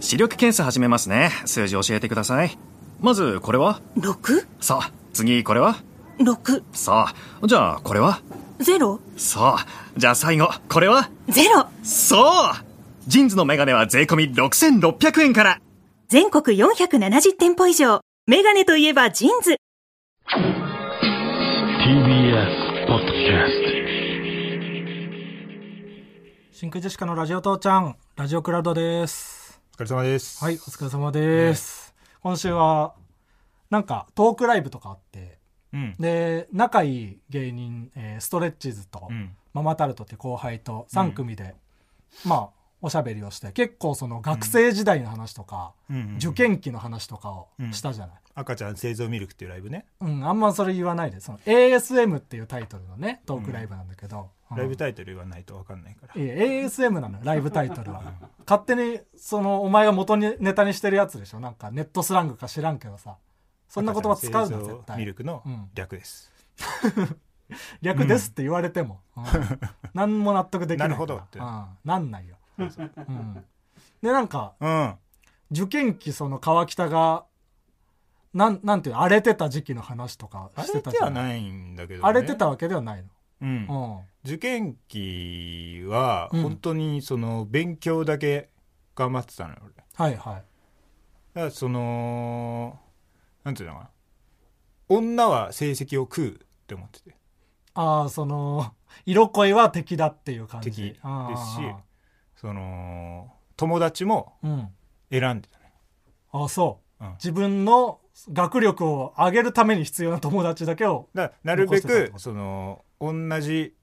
視力検査始めますね。数字教えてください。まず、これは 6? さあ、次、これは6さあ、じゃあ、これはゼロさあ、じゃあ最後、これはゼロそうジンズのメガネは税込み6600円から全国470店舗以上メガネといえばジーンズ TBS ポッドキャス真空ジェシカのラジオ父ちゃん、ラジオクラウドです。お疲れ様です。はい、お疲れ様です。今週は、なんかトークライブとかあって、うん。で、仲いい芸人、えーストレッチーズと、うん。ママタルトって後輩と3組で、まあ、おしゃべりをして、結構その学生時代の話とか、うん受験期の話とかをうんしたじゃない。赤ちゃん製造ミルクっていうライブね。うん、あんまそれ言わないで、その ASM っていうタイトルのね、トークライブなんだけど、うんライブタイトル言わないとわかんないから。いや ASM なのよライブタイトルは勝手にそのお前が元にネタにしてるやつでしょなんかネットスラングか知らんけどさそんな言葉使う赤ちゃなん製絶造ミ対ルクのうん略です。略ですって言われても、うん何も納得できないからなるほどってうん、なんないよ、うんでなんかうん。受験期その川北がなんなんていうの荒れてた時期の話とか荒してれたてじゃはないないんだけど、ね。荒れてたわけではないうん。の、受験期は、うん本当にその、勉強だけ頑張ってたのよ、俺。だかうん、はいはいらその、なんていうのかな。女は成績を食うって思ってて。ああその色恋は敵だっていう感じ敵ですしあーその、友達もうん選んでたね。あそう、うん自分の学力を上げるために必要な友達だけをだからなるべ残してたってくことその同じ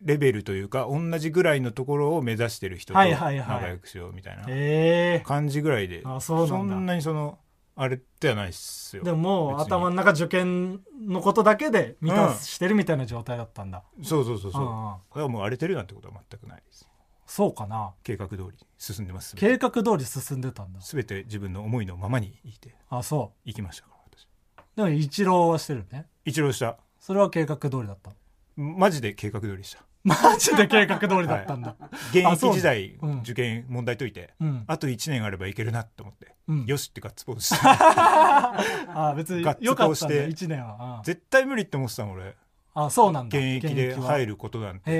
レベルというか同じぐらいのところを目指してる人とはいはいはい仲良くしようみたいなええ感じぐらいで、あそうなんだにそのあれってはないっすよでももう別に頭の中受験のことだけで満たしてるみたいな状態だったんだ、そうそうそうそううんうんこれはもう荒れてるなんてことは全くないですそうかな計画通り進んでます計画通り進んでたんだすべて自分の思いのままにいてあそいきましたから私うでも一浪はしてるね一浪したそれは計画通りだった マジで計画通りでしたマジで計画通りだったんだ、現あそう役時代、うん受験問題解いて、うんあと1年あればいけるなって思って、うんよしってガッツポーズした あ別にガッツポーよかったんしだて1年は、絶対無理って思ってたもん俺うんあそうなんだ現役で入るることなんてへ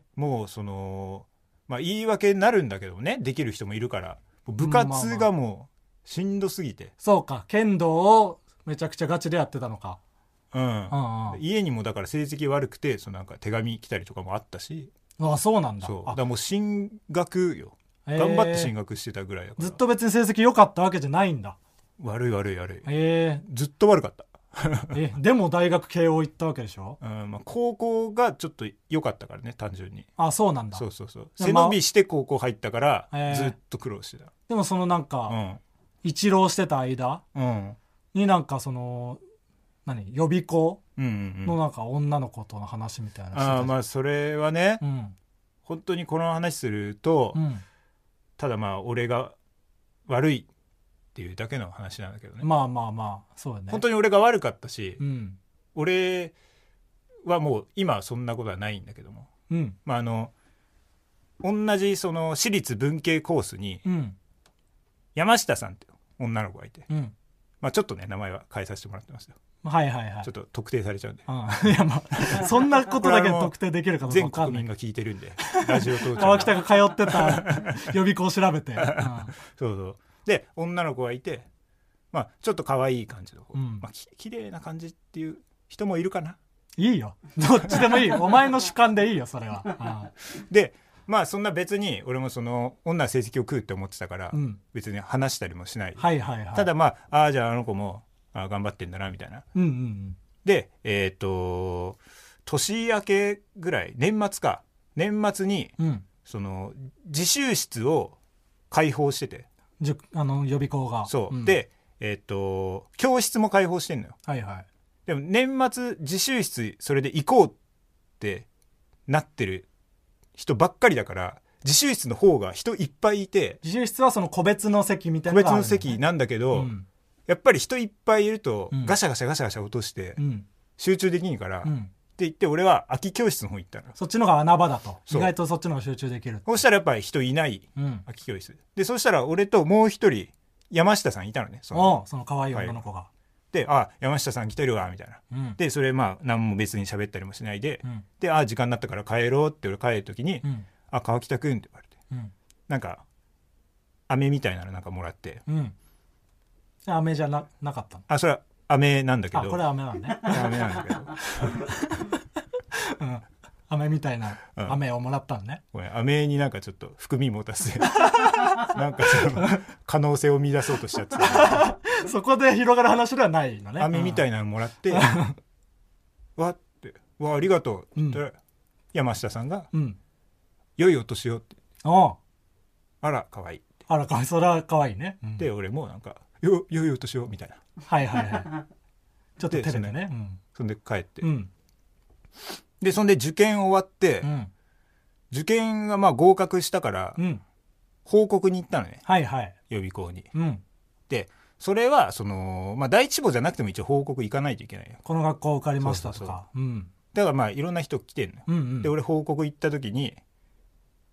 えもうそのまあ言い訳になるんだけどねできる人もいるからもう部活がもうしんどすぎて、そうか剣道をめちゃくちゃガチでやってたのかうんうんうん家にもだから成績悪くてそのなんか手紙来たりとかもあったしあそうなんだそうだあからもう進学よへー頑張って進学してたぐらいだからずっと別に成績良かったわけじゃないんだ悪い悪い悪いえずっと悪かった、ー、えでも大学慶応行ったわけでしょうんまあ、高校がちょっと良かったからね単純にあそうなんだそうそうそうで背伸びして高校入ったから、まあずっと苦労してたでもそのなんか、うん一浪してた間うんになんかその何予備校うんうんうのんなんか女の子との話みたいなのしてたじゃあんーまあそれはね、うん本当にこの話すると、うんただまあ俺が悪いっていうだけの話なんだけどね、まあまあまあそうだね本当に俺が悪かったし、うん俺はもう今はそんなことはないんだけどもうんまああの同じその私立文系コースにうん山下さんって女の子がいて、うんまあ、ちょっとね名前は変えさせてもらってますよはいはいはいちょっと特定されちゃうんでうん、 いやまあそんなことだけで特定できるかどうか全分か国んない民が聞いてるんでラジオ東川京北が通ってた予備校を調べ て、そうそうで女の子がいてまあちょっと可愛い感じの子、うんまあき綺麗な感じっていう人もいるかなうんいいよどっちでもいいよお前の主観でいいよそれは、でまあそんな別に俺もその女は成績を食うって思ってたから、うん別に話したりもしない、うんはいはいはいただまあああじゃああの子もあ頑張ってんだなみたいなうんうんうんでえっ、と年明けぐらい年末か年末にうんその自習室を開放しててじゅあの予備校がそう、んでえっ、と教室も開放してんのよはいはいでも年末自習室それで行こうってなってる人ばっかりだから自習室の方が人いっぱいいて自習室はその個別の席みたいな個別があるの席なんだけど、うんやっぱり人いっぱいいるとうんガシャガシャガシャガシャ落としてうん集中できんからうん言って俺は空き教室の方行ったのそっちの方が穴場だとそ意う外とそっちの方が集中できるそしたらやっぱり人いないうん空き教室でそしたら俺ともう一人山下さんいたのねそのおうその可愛い女の子が、で「あ山下さん来てるわ」みたいなうんでそれまあ何も別に喋ったりもしないで、うんで「あ時間になったから帰ろう」って俺帰る時に「うんあ川北くん」って言われてうんなんか飴みたいなのなんかもらってうん飴じゃななかったのあそれは飴なんだけどあこれ飴なん ね飴なんだけ どうん飴みたいなうん飴をもらったのね、ごめん飴になんかちょっと含み持た せてなんかその可能性を見出そうとしちゃってそこで広がる話ではないのね飴みたい、いなのもらって「わ」って「わありがとう」って、山下さんがうんうん、 「良いお年を」っておう「あら可愛いってあらかわいそれは可愛いね、うんで俺もなんか「よ良いお年を」みたいなはいはい はいちょっと照れてでねそんで帰って、うんうんでそんで受験終わって、うん受験がまあ合格したからうん報告に行ったのねはいはい予備校にうんでそれはその、まあ、第一志望じゃなくても一応報告行かないといけないよこの学校受かりましたとそうそうかうんだからまあいろんな人来てんのよ、うんうんで俺報告行った時に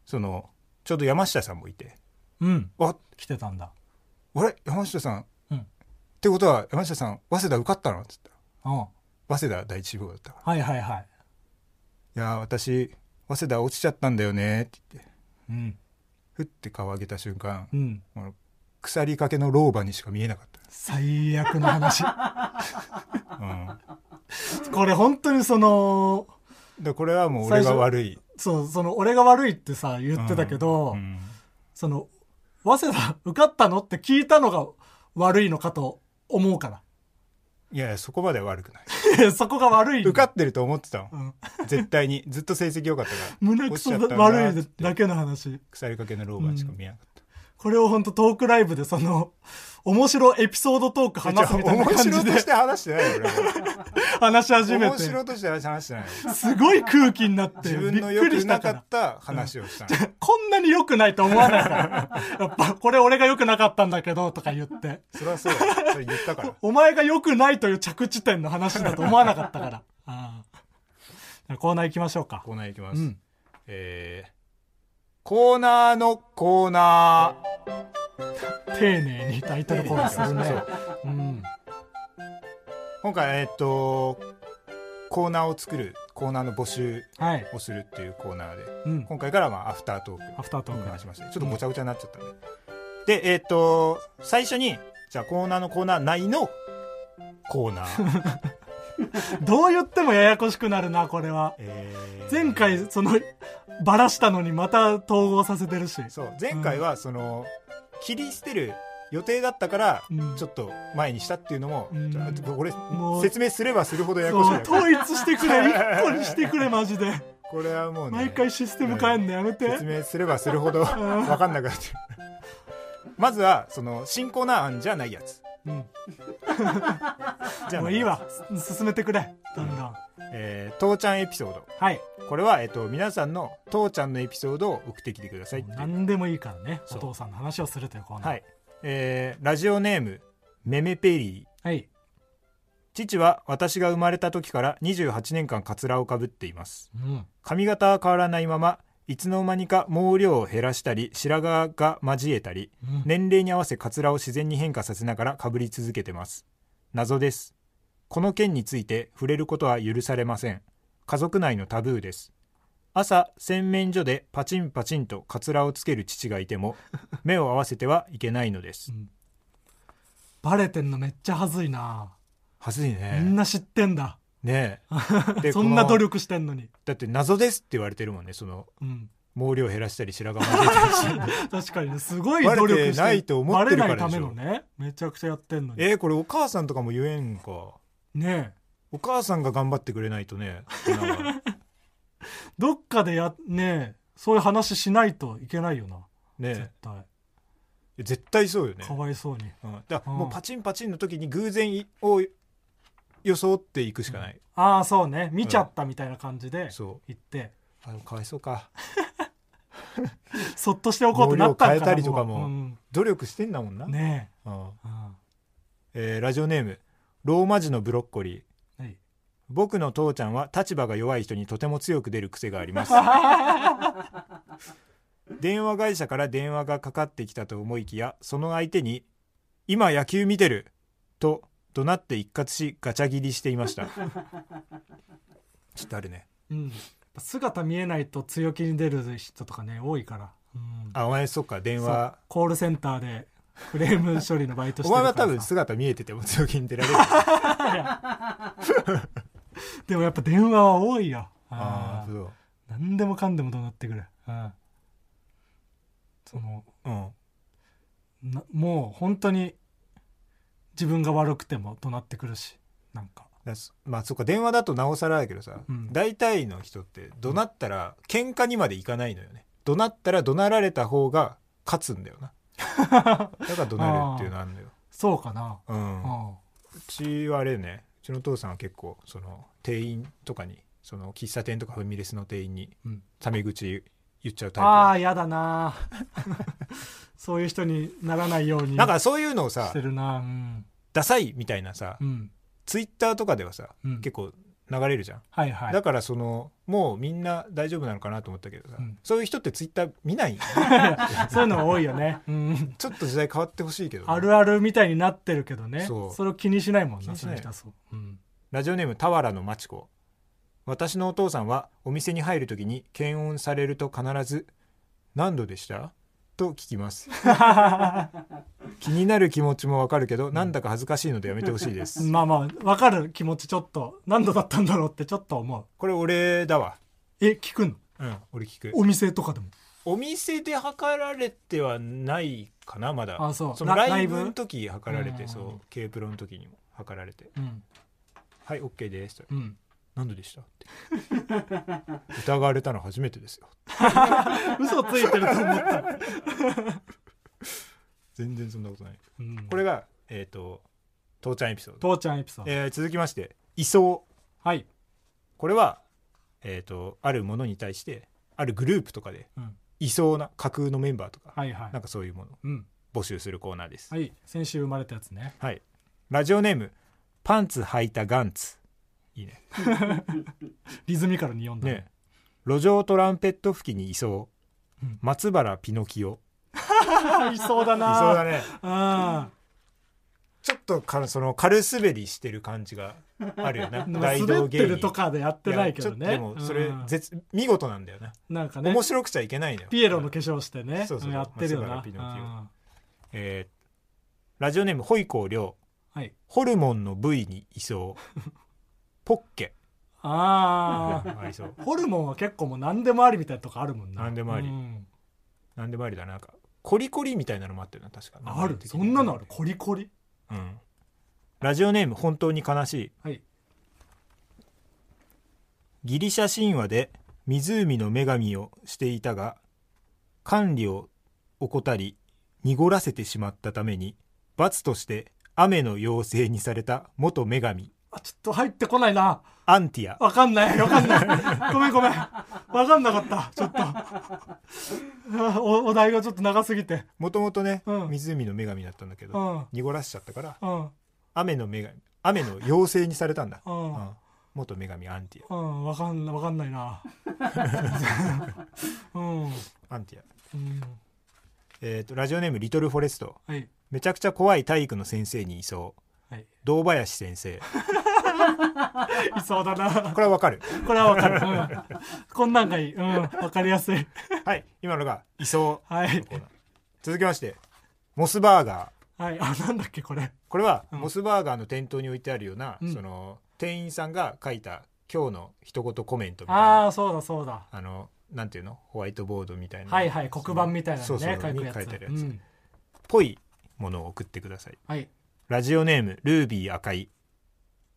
そのちょうど山下さんもいてうん「あ来てたんだあれ山下さん、うんってことは山下さん早稲田受かったの?」っつったらうん早稲田第一志望だったからはいはいはい「いやー私早稲田落ちちゃったんだよね」って言ってうんふって顔上げた瞬間、うんこの腐りかけの老婆にしか見えなかっ最悪の 話た、うん、だかこれ本当にそのらこれはもう俺が悪いそうその俺が悪いってさ言ってたけど、うんうんその早稲田受かったのって聞いたのが悪いのかと思うか いやいやそこまでは悪くないらそこが悪いんだ受かってると思ってたもん、うん絶対にずっと成績良かったか ら胸く落ちちそゃったんだ悪っいてだけの話腐りかけの老婆しか見えなかった、これを本当トークライブでその面白エピソードトーク話すみたいな面感白じとしてで話してないよ 話し始俺めは面て白として話してない よすごい空気になって自び分のっく良りくしなたかかっらた話をしたのこんなに良くないと思わないからやっぱこれ俺が良くなかったんだけどとか言ってそりゃそうだそれ言っ たからお前が良くないという着地点の話だと思わなかったからああコーナー行きましょうかコーナーいきまうす、んえーコーナーのコーナ丁寧にタイトルコールするそねううんー今回えーっとコーナーを作るコーナーの募集はいをするっていうコーナーでうん今回からはまあアフタートークアフタートーにク話しましたちょっとごちゃごちゃになっちゃったんで、でえっ、と最初にじゃあコーナーのコーナー内のコーナ ー、どう言ってもややこしくなるなこれはえー前回そのバラしたのにまた統合させてるしそう前回はその、切り捨てる予定だったから、うんちょっと前にしたっていうのも、うんちょっとこれもう説明すればするほどややこしいそうやから統一してくれ一個にしてくれマジでこれはもうね毎回システム変えんのやめて説明すればす るほどんわかんなくなってるまずはその新コーナー案じゃないやつうんじゃあもういいわ進めてくれどんどんえー父ちゃんエピソードはいこれは、えっと、皆さんの父ちゃんのエピソードを送ってきてくださいっていう何でもいいからねそおう父さんの話をするというコーナーはい、えーラジオネームメメペリーはい父は私が生まれた時から28年間カツラをかぶっていますうん髪型は変わらないままいつの間にか毛量を減らしたり白髪が交えたりうん年齢に合わせカツラを自然に変化させながらかぶり続けてます謎ですこの件について触れることは許されません家族内のタブーです朝洗面所でパチンパチンとカツラをつける父がいても目を合わせてはいけないのですバレてんのめっちゃ恥ずいなはずいみんねな知ってんだねえ でそんなこの努力してんのにだって謎ですって言われてるもんねそのうん毛量減らしたり白髪混ぜたりして確かにねすごい努力してバレてないと思ってるからでしょバレないためのねめちゃくちゃやってんのにえーこれお母さんとかも言えんかねえお母さんが頑張ってくれないとねなんかどっかでやねえそういう話しないといけないよな絶 ね対え絶対そうよねかわいそうにうん、だからうんもうパチンパチンの時に偶然を装っていくしかない、ああそうね見ちゃったみたいな感じでそう言ってあのかわいそうかそっとしておこうってなったんかな毛量変えたりとかもうん努力してんだもんな、ねうんえうんえーラジオネームローマ字のブロッコリーはい僕の父ちゃんは立場が弱い人にとても強く出る癖があります 電話会社から電話がかかってきたと思いきやその相手に「今野球見てる!」と怒鳴って一括しガチャ切りしていま したちょっとあるねうん、姿見えないと強気に出る人とかね多いから、うん、あお前そっか電そう話コールセンターでクレーム処理のバイトしおてるからさ前は多分姿見えてても強気に出られる でもやっぱ電話は多いよああうんそ何でもかんでも怒鳴ってくる、うん、そのううんなもう本当に自分が悪くても怒鳴ってくるしなんかだすまあそっか電話だとなおさらだけどさ、うん大体の人って怒鳴ったら喧嘩にまでいかないのよね怒鳴ったら怒鳴られた方が勝つんだよ なだから怒鳴るっていうのあるのよ、そうかな、うん、ううんちはあれねうちの父さんは結構その店員とかにその喫茶店とかファミレスの店員にうんタメ口言っちゃうタイプあだあ嫌だな そういう人にならないようになんかそういうのをさしてるなうん、ダサいみたいなさ、うん、ツイッターとかではさ、うん結構流れるじゃんはいはいだからそのもうみんな大丈夫なのかなと思ったけどさ、うんそういう人ってツイッター見ないよね そういうのが多いよ ね、うん、ちょっと時代変わってほしいけどね、あるあるみたいになってるけどねそそうれを気にしないもん気になしそなのい人はそう、うん、ラジオネーム俵のまちこ私のお父さんはお店に入るときに検温されると必ず「何度でした?」と聞きます気になる気持ちもわかるけど、なんだか恥ずかしいのでやめてほしいです、 まあまあわかる気持ちちょっと何度だったんだろうってちょっと思うこれ俺だわえ聞くのうん俺聞くお店とかでもお店で測られてはないかなまだあそうのラライライブブの時測られてうんそう K プロの時にも測られてうん「はい OK です」うん何度でした?」って疑われたの初めてですよ嘘ついてると思った、全然そんなことないうん、これがえっ、と父ちゃんエピソード、父ちゃんエピソードえー続きまして「位相はい」これはえっ、とあるものに対してあるグループとかでうんいそうな架空のメンバーとか、はいはいなんかそういうものをうん募集するコーナーですはい先週生まれたやつねはい。ラジオネーム、パンツ履いたガンツ。いいね。リズミカルに読んだね路上トランペット吹きにいそううん。松原ピノキオ。いあいそうだなそうだね。あちょっとか、その、軽滑りしてる感 じがあるよな。あ滑ってるとかでやってないけどねやちょっとでも、それうん、絶、見事なんだよな。なんかね面白くちゃいけないのよ。ピエロの化粧してねそうそうやってるよまなあそうだなピノキオうんえーラジオネーム、ホイコーリョウ。はいホルモンの部位に いそう。ポッケ。あああり そう。ホルモンは結構もう何でもありみたいなとこあるもんな何でもありうんなんでもありだな。なんか、コリコリみたいなのもあったよな、確か。あるそんなのあるコリコリうん、ラジオネーム本当に悲しいはいギリシャ神話で湖の女神をしていたが管理を怠り濁らせてしまったために罰として雨の妖精にされた元女神あちょっと入ってこないなアンティアわかんないわかんないごめんごめんわかんなかったちょっとあおお題がちょっと長すぎてもともとね、うん湖の女神だったんだけうど、ん濁らせちゃったからうん雨の女神雨の妖精にされたんだ、ううんん元女神アンテうィんわかんわかんないなうん、うん、アアンティア、えー、とラジオネームリトルフォレストはいめちゃくちゃ怖い体育の先生にいそうはい堂林先生いそうだなこれはわかるこれはわかる、うん、こんなんがいいうんわかりやすいはい今のがいそうはのいコーナー続きましてモスバーガーはいあなんだっけこれこれはうんモスバーガーの店頭に置いてあるような、うんその店員さんが書いた今日の一言コメントみたいなあああそうだそうだのなんていうのホワイトボードみたいなはいはい黒板みたいなそのうねそう書くにやつ書いてあるやうつ、んぽいものを送ってくださいはいラジオネームルービー赤い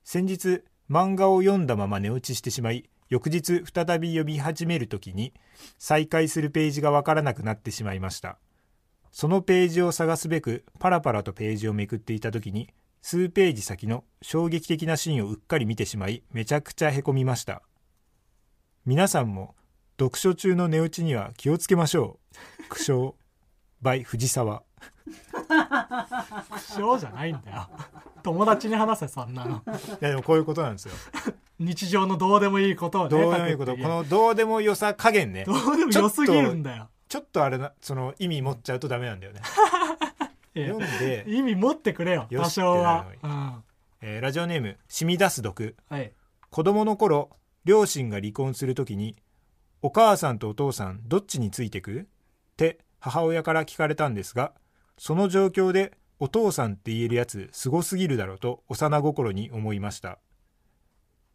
先日漫画を読んだまま寝落ちしてしまい翌日再び読み始めるときに再開するページがわからなくなってしまいましたそのページを探すべくパラパラとページをめくっていたときに数ページ先の衝撃的なシーンをうっかり見てしまいめちゃくちゃへこみました皆さんも読書中の寝落ちには気をつけましょう苦笑 by 藤沢苦笑じゃないんだよ友達に話せそんなのいやでもこういうことなんですよ日常のどうでもいいことをねどうでもいいこと書くってこのどうでも良さ加減ねどうでも良すぎるんだよちょっとあれなその意味持っちゃうとダメなんだよねいや読んで、意味持ってくれよよし多少はって、うんはえーラジオネーム「染み出す毒い」子供の頃両親が離婚するときに「お母さんとお父さんどっちについてく?」って母親から聞かれたんですがその状況で「お父さんって言えるやつすごすぎるだろ」うと幼心に思いました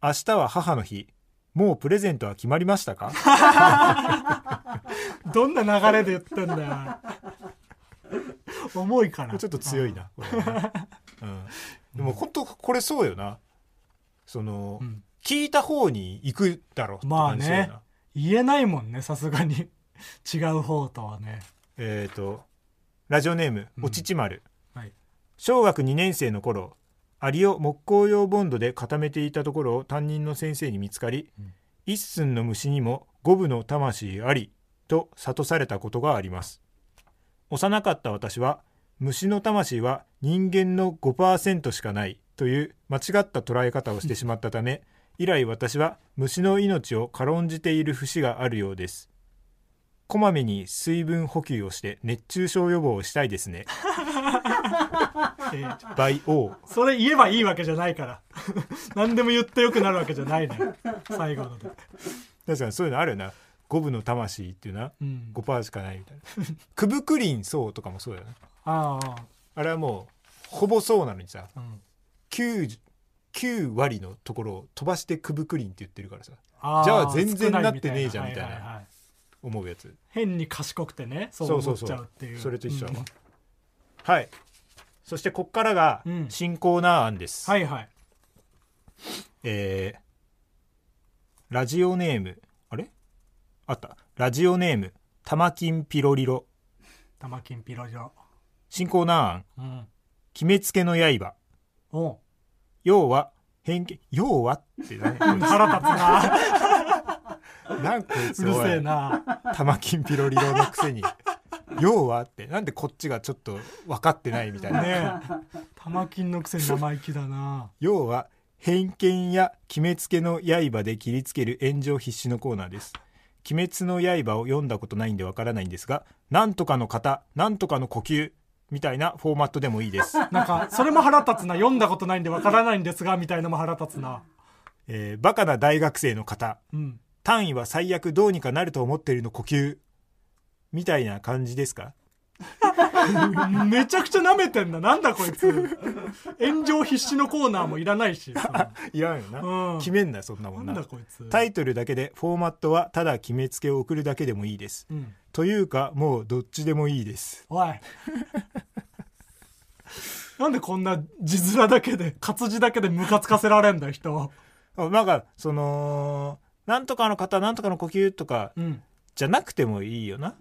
明日は母の日もうプレゼントは決まりましたかどんな流れで言ってんだよ 重いからちょっと強いなこれはねうん、でも本当これそうよなその、うん聞いた方に行くだろうってまあ感じだよな、ね言えないもんねさすがに違う方とはねえっ、とラジオネームおちち丸、はい小学2年生の頃アリを木工用ボンドで固めていたところを担任の先生に見つかり、一寸の虫にも五分の魂ありと諭されたことがあります幼かった私は虫の魂は人間の5%しかないという間違った捉え方をしてしまったため以来私は虫の命を軽んじている節があるようですこまめに水分補給をして熱中症予防をしたいですねえーバイオーそれ言えばいいわけじゃないから 何でも言ってよくなるわけじゃないね最後ので、確かにそういうのあるよな五分の魂っていうな、うん、 5%しかないみたいなクブクリンそうとかもそうだよねあああれはもうほぼそうなのにさうん9 9割のところを飛ばしてクブクリンって言ってるからさあーじゃあ全然なってねえじゃん少みたいな思うやつ変に賢くてねそうそうそ思っうちそゃううっていうそれと一緒だわうんはいそしてこっからがうん新コーナー案です、はいはいえーラジオネームあれあったラジオネーム玉金ピロリロ玉金ピロジョ新コーナー案うん決めつけの刃おう要は偏見要はって何腹立つななんかこいつうるせえおない玉金ピロリロのくせに要はってなんでこっちがちょっと分かってないみたいな、ねえ玉金のくせに生意気だな要は偏見や決めつけの刃で切りつける炎上必至のコーナーです鬼滅の刃を読んだことないんでわからないんですがなんとかの型なんとかの呼吸みたいなフォーマットでもいいです、な んかそれも腹立つな読んだことないんでわからないんですがみたいのも腹立つなえーバカな大学生の型うん単位は最悪どうにかなると思っているの呼吸みたいな感じですか めちゃくちゃ舐めてんだなんだこいつ炎上必至のコーナーもいらないしさいらんよな、うん決めんなそんなもんななんだこいつタイトルだけでフォーマットはただ決めつけを送るだけでもいいです、うんというかもうどっちでもいいですおいなんでこんな字面だけで活字だけでムカつかせられんだよ人をあなんかそのなんとかの方なんとかの呼吸とかうんじゃなくてもいいよな、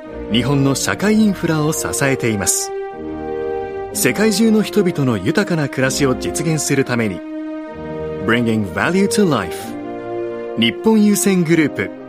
日本の社会インフラを支えています世界中の人々の豊かな暮らしを実現するために Bringing Value to Life 日本郵船グループ